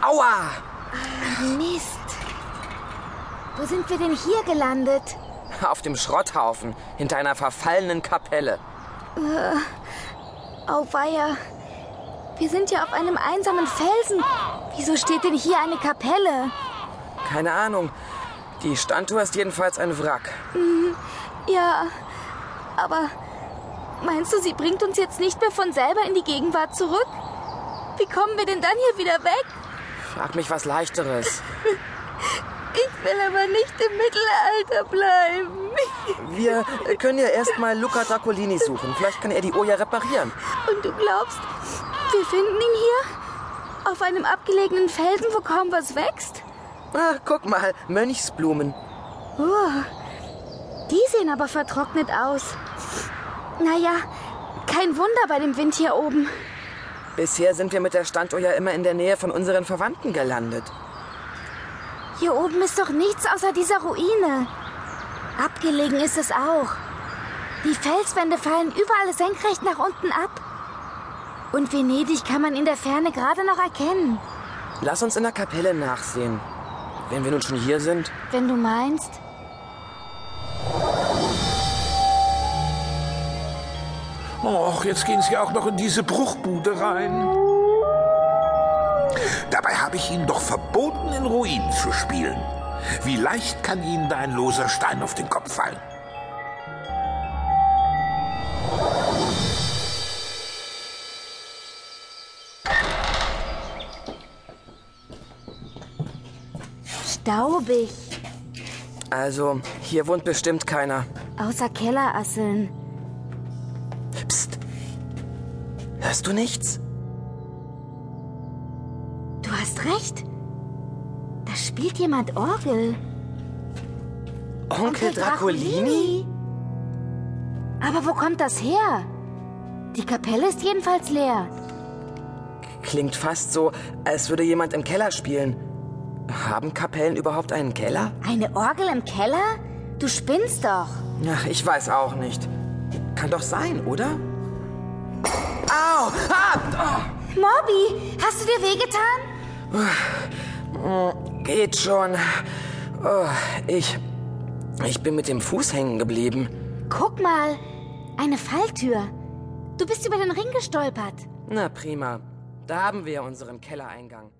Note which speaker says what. Speaker 1: Ah!
Speaker 2: Ach, Mist. Wo sind wir denn hier gelandet?
Speaker 1: Auf dem Schrotthaufen, hinter einer verfallenen Kapelle.
Speaker 2: Auweia. Wir sind ja auf einem einsamen Felsen. Wieso steht denn hier eine Kapelle?
Speaker 1: Keine Ahnung. Die Standuhr ist jedenfalls ein Wrack.
Speaker 2: Ja, aber meinst du, sie bringt uns jetzt nicht mehr von selber in die Gegenwart zurück? Wie kommen wir denn dann hier wieder weg?
Speaker 1: Frag mich was Leichteres.
Speaker 2: Ich will aber nicht im Mittelalter bleiben.
Speaker 1: Wir können ja erstmal Luca Dracolini suchen. Vielleicht kann er die Oja reparieren.
Speaker 2: Und du glaubst, wir finden ihn hier? Auf einem abgelegenen Felsen, wo kaum was wächst?
Speaker 1: Ah, guck mal, Mönchsblumen.
Speaker 2: Oh, die sehen aber vertrocknet aus. Naja, kein Wunder bei dem Wind hier oben.
Speaker 1: Bisher sind wir mit der Standuhr ja immer in der Nähe von unseren Verwandten gelandet.
Speaker 2: Hier oben ist doch nichts außer dieser Ruine. Abgelegen ist es auch. Die Felswände fallen überall senkrecht nach unten ab. Und Venedig kann man in der Ferne gerade noch erkennen.
Speaker 1: Lass uns in der Kapelle nachsehen. Wenn wir nun schon hier sind.
Speaker 2: Wenn du meinst.
Speaker 3: Och, jetzt gehen Sie auch noch in diese Bruchbude rein.
Speaker 4: Dabei habe ich Ihnen doch verboten, in Ruinen zu spielen. Wie leicht kann Ihnen da ein loser Stein auf den Kopf fallen?
Speaker 2: Staubig.
Speaker 1: Also, hier wohnt bestimmt keiner.
Speaker 2: Außer Kellerasseln.
Speaker 1: Psst. Hörst du nichts?
Speaker 2: Du hast recht. Da spielt jemand Orgel.
Speaker 1: Onkel Dracolini?
Speaker 2: Aber wo kommt das her? Die Kapelle ist jedenfalls leer.
Speaker 1: Klingt fast so, als würde jemand im Keller spielen. Haben Kapellen überhaupt einen Keller?
Speaker 2: Eine Orgel im Keller? Du spinnst doch.
Speaker 1: Ach, ich weiß auch nicht. Kann doch sein, oder? Au! Ah!
Speaker 2: Moby, hast du dir wehgetan?
Speaker 1: Oh, geht schon. Oh, ich. Ich bin mit dem Fuß hängen geblieben.
Speaker 2: Guck mal, eine Falltür. Du bist über den Ring gestolpert.
Speaker 1: Na prima. Da haben wir unseren Kellereingang.